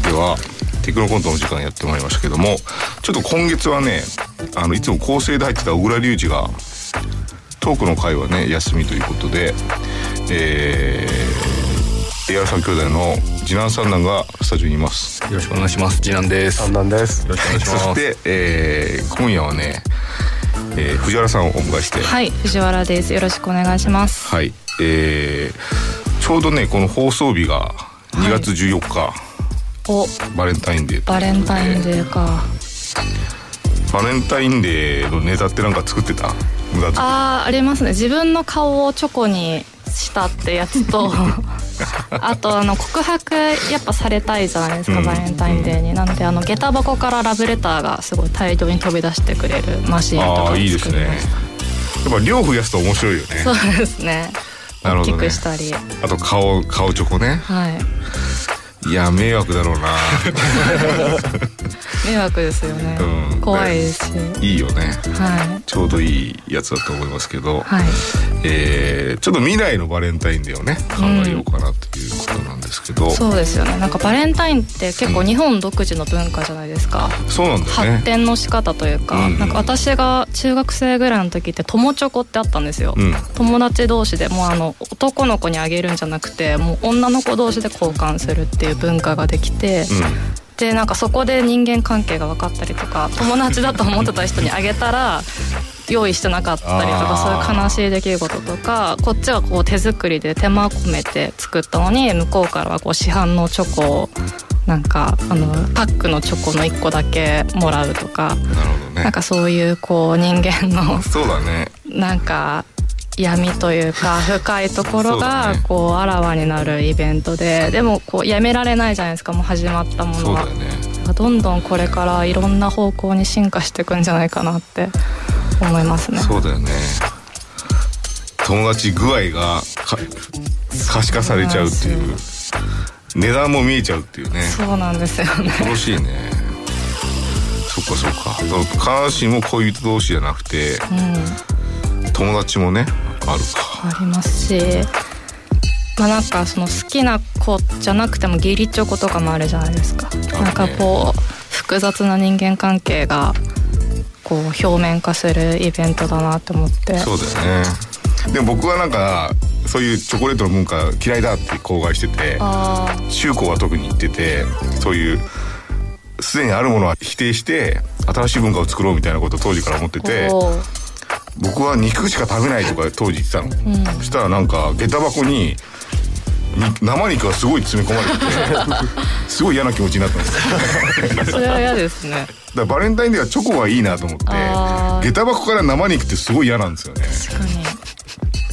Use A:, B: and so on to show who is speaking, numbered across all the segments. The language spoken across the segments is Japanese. A: てはテクノコントの時間やってまいりましたけどもちょっと今月はねあのいつも構成で入ってた小倉隆二がトークの会はね休みということでえー、エアさん兄弟の次男三男がスタジオにいます
B: よろしくお願いします次男です
C: 三段です
B: よろしくお願いし
A: そ
B: ま
A: し
B: す
A: て、えー、今夜はね、えー藤原さんをお迎えして
D: はい、藤原です。よろしくお願いします。
A: はい、えー、ちょうどねこの放送日が2月14日、
D: お、
A: バレンタインデーと
D: バレンタインデーか。
A: バレンタインデーのネタってなんか作ってた無駄作り
D: ああ、ありますね。自分の顔をチョコにしたってやつ と。あとあの告白やっぱされたいじゃないですか、
A: うん
D: バレンタインデーになんであの下駄箱からラブレターがすごい大量に飛び出してくれるマシーンとか
A: あ
D: を
A: あいいです
D: 作り
A: ね
D: ました
A: やっぱ量増やすと面白いよね
D: そうですね
A: なる
D: 大
A: ほど
D: き
A: ね
D: くしたり、
A: あと顔顔チョコね
D: はい
A: いや迷惑だろうな
D: 迷惑ですよね、
A: うん
D: 怖いですし、
A: いいよね
D: はい
A: ちょうどいいやつだと思いますけど、
D: はい
A: えーちょっと未来のバレンタインデーをね考えようかなということなんですけど、
D: そうですよねなんかバレンタインって結構日本独自の文化じゃないですか、
A: そうなんだよ
D: 発
A: ね
D: 展の仕方というか、
A: うん
D: なんか私が中学生ぐらいの時って友チョコってあったんですよ、
A: うん
D: 友達同士でもうあの男の子にあげるんじゃなくてもう女の子同士で交換するっていう文化ができて、でなんかそこで人間関係が分かったりとか友達だと思ってた人にあげたら 用意してなかったりと
A: あ
D: か
A: ー
D: そういう悲しい出来事とかこっちはこう手作りで手間を込めて作ったのに向こうからはこう市販のチョコをなんかあのパックのチョコの1個だけもらうとか
A: うんなるほどね
D: なんかそういうこう人間の
A: そうだね
D: なんか闇というか深いところ
A: そうだ
D: が
A: ね
D: こうあらわになるイベントででもこうやめられないじゃないですかもう始まったも
A: そ
D: の
A: うだ
D: は
A: よ。ね
D: どんどんこれからいろんな方向に進化していくんじゃないかなって思いますね。
A: そうだよね友達具合がか可視化されちゃうっていう値段も見えちゃうっていうね
D: そうなんですよね。
A: 恐ろしいねそっかそっかだから必ずしも恋人同士じゃなくて
D: うん、
A: 友達もねあるか
D: ありますし。まあ、なんかその好きな子じゃなくても義理チョコとかもあるじゃないですか、
A: ね
D: なんかこう複雑な人間関係がこう表面化するイベントだなって思って
A: そうだよねでも僕はなんかそういうチョコレートの文化嫌いだって口外してて
D: ああ
A: 中高は特に言っててそういうすでにあるものは否定して新しい文化を作ろうみたいなことを当時から思ってて
D: こう
A: 僕は肉しか食べないとか当時言ってたの、そしたらなんか下駄箱にに生肉がすごい詰め込まれててすごい嫌な気持ちになったんですよだか
D: それは嫌ですね
A: らバレンタインデーはチョコがいいなと思って
D: あー
A: 下駄箱から生肉ってすごい嫌なんですよね
D: 確かに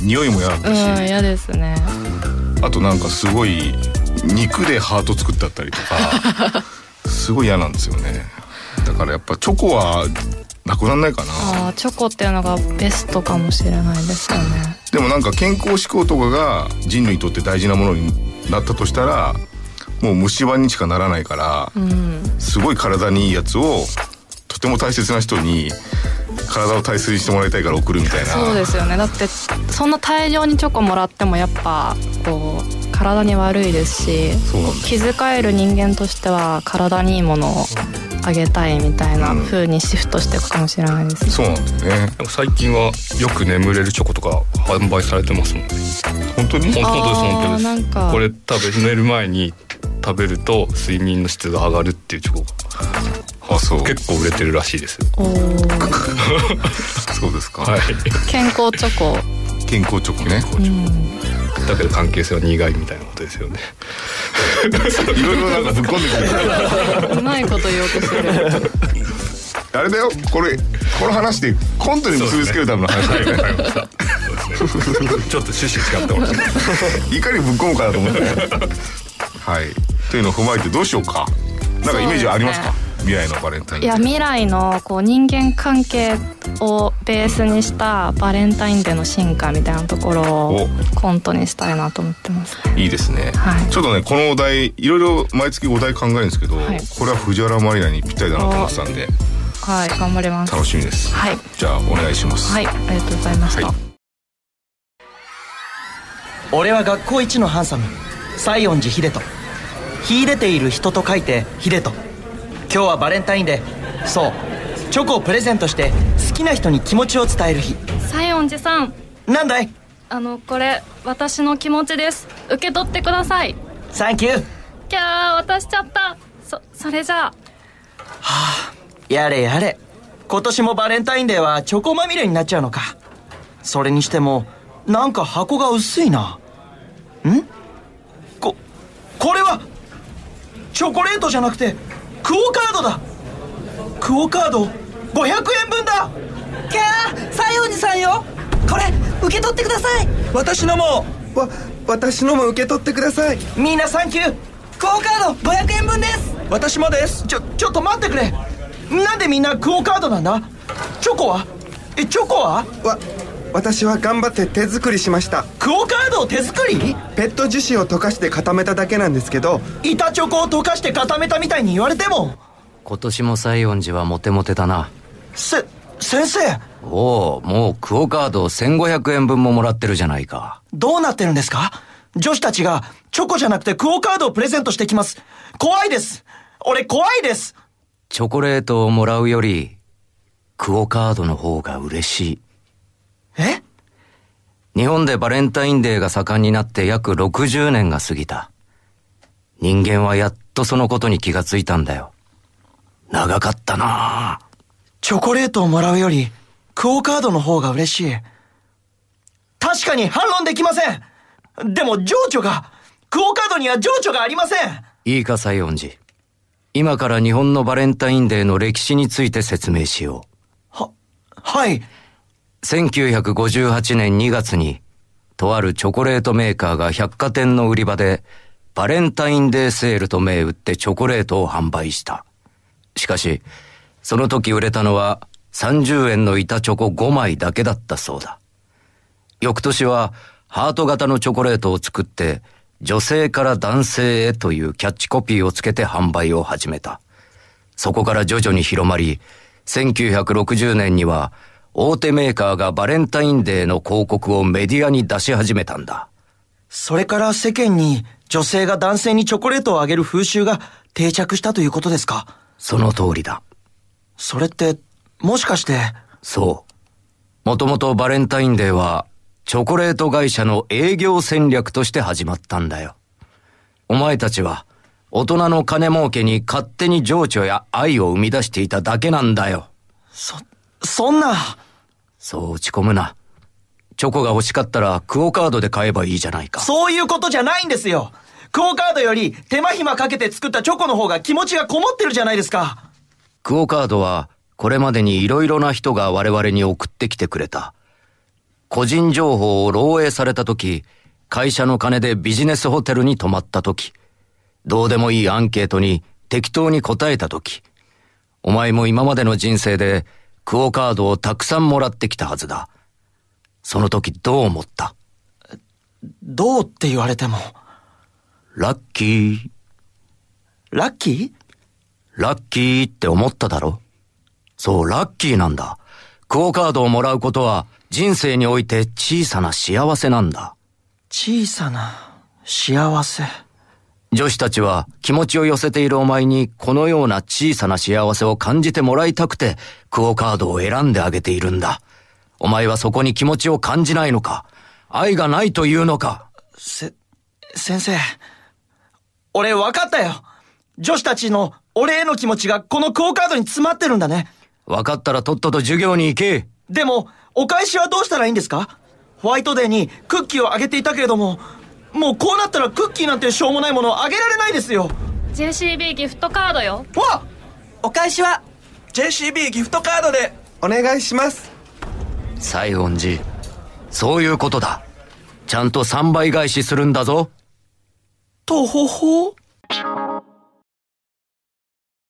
A: 匂いも嫌だった し、
D: うん嫌ですね
A: あとなんかすごい肉でハート作ってあったりとかすごい嫌なんですよねだからやっぱチョコはなくなんないかな
D: あーチョコっていうのがベストかもしれないですよね
A: でもなんか健康志向とかが人類にとって大事なものになったとしたらもう虫歯にしかならないから、
D: うん
A: すごい体にいいやつをとても大切な人に体を大切にしてもらいたいから送るみたいな
D: そうですよねだってそんな大量にチョコもらってもやっぱこう体に悪いですし
A: そうなんだよ
D: 気遣える人間としては体にいいものをあげたいみたいな風にシフトしていくかもしれないですね、
A: そうなんだよね
B: なんか最近はよく眠れるチョコとか販売されてますもんね
A: 本当に
B: 本当です
D: あー
B: 本当です
D: なんか
B: これ食べ寝る前に食べると睡眠の質が上がるっていうチョコが
A: あそう
B: 結構売れてるらしいですよ
D: おー
A: そうですか、
B: はい
D: 健康チョコ、
A: 健康チョコね
D: うん、
B: だけど関係性は苦いみたいなことですよね
A: いろいろなんかぶっ込んでくる
D: うまいこと言おうと する
A: あれだよこれこの話でコントに結びつけるための話だよね
B: わかりましたそうですね ちょっと趣旨違ってました
A: いかにぶっ込むかなと思ったよはいというのを踏まえてどうしようかなんかイメージはありますか未来のバレンタイン
D: い
A: デー
D: や未来のこう人間関係をベースにしたバレンタインデーの進化みたいなところをコントにしたいなと思ってますね
A: いいですね、
D: はい
A: ちょっとねこのお題いろいろ毎月お題考えるんですけど、
D: はい
A: これは藤原マリナにぴったりだなと思ってたんで
D: はい頑張ります
A: 楽しみです
D: はい
A: じゃあお願いします、
D: はいありがとうございました、
A: はい
E: 俺は学校一のハンサム西園寺秀人
C: 秀でている人と書いて秀と今日はバレンタインでそうチョコをプレゼントして好きな人に気持ちを伝える日
D: 西園寺さん
C: なんだい
D: あのこれ私の気持ちです受け取ってください
C: サンキュー
D: キャー渡しちゃったそそれじゃあ
C: やれやれ今年もバレンタインデーはチョコまみれになっちゃうのかそれにしてもなんか箱が薄いなんここれはチョコレートじゃなくてクオ・カードだクオ・カード500円分だ
E: キャー西園寺さんよこれ受け取ってください
C: 私のも
F: わ私のも受け取ってください
C: みんなサンキュー
E: クオカード500円分です
C: 私もですちょちょっと待ってくれなんでみんなクオ・カードなんだチョコはえチョコは
F: わ私は頑張って手作りしました
C: クオ・カードを手作り
F: ペット樹脂を溶かして固めただけなんですけど
C: 板チョコを溶かして固めたみたいに言われても
G: 今年も西園寺はモテモテだな
C: せ先生
G: おおもうクオカード1500円分ももらってるじゃないか
C: どうなってるんですか女子たちがチョコじゃなくてクオカードをプレゼントしてきます怖いです俺怖いです
G: チョコレートをもらうよりクオカードの方が嬉しい
C: え
G: 日本でバレンタインデーが盛んになって約60年が過ぎた。人間はやっとそのことに気がついたんだよ。長かったなあ
C: チョコレートをもらうよりクオカードの方が嬉しい確かに反論できませんでも情緒がクオカードには情緒がありません
G: いいか、西園寺。今から日本のバレンタインデーの歴史について説明しよ
C: ははい
G: う。1958年2月に、とあるチョコレートメーカーが百貨店の売り場で、バレンタインデーセールと銘打ってチョコレートを販売した。しかし、その時売れたのは30円の板チョコ5枚だけだったそうだ。翌年はハート型のチョコレートを作って女性から男性へというキャッチコピーをつけて販売を始めた。そこから徐々に広まり、1960年には大手メーカーがバレンタインデーの広告をメディアに出し始めたんだ。
C: それから世間に女性が男性にチョコレートをあげる風習が定着したということですか
G: その通りだ。
C: それって、もしかして、
G: そう。もともとバレンタインデーは、チョコレート会社の営業戦略として始まったんだよ。お前たちは、大人の金儲けに勝手に情緒や愛を生み出していただけなんだよ。
C: そ、そんな、
G: そう落ち込むな。チョコが欲しかったらクオカードで買えばいいじゃないか。
C: そういうことじゃないんですよクオカードより手間暇かけて作ったチョコの方が気持ちがこもってるじゃないですか
G: クオカードは、これまでに色々な人が我々に送ってきてくれた。個人情報を漏洩された時、会社の金でビジネスホテルに泊まった時、どうでもいいアンケートに適当に答えた時、お前も今までの人生でクオカードをたくさんもらってきたはずだ。その時どう思った
C: どうって言われても、
G: ラッキー、
C: ラッキー
G: ラッキーって思っただろそう、ラッキーなんだ。クオカードをもらうことは人生において小さな幸せなんだ。
C: 小さな幸せ。
G: 女子たちは気持ちを寄せているお前にこのような小さな幸せを感じてもらいたくてクオカードを選んであげているんだ。お前はそこに気持ちを感じないのか愛がないというのか
C: せ、先生、俺分かったよ女子たちの俺への気持ちがこのクオカードに詰まってるんだね
G: 分かったらとっとと授業に行け
C: でも、お返しはどうしたらいいんですかホワイトデーにクッキーをあげていたけれども、もうこうなったらクッキーなんてしょうもないものをあげられないですよ
D: JCB ギフトカードよ
C: わ
E: お返しは
C: !JCB ギフトカードで
F: お願いします
G: 西園寺、そういうことだ。ちゃんと3倍返しするんだぞ。
C: とほほ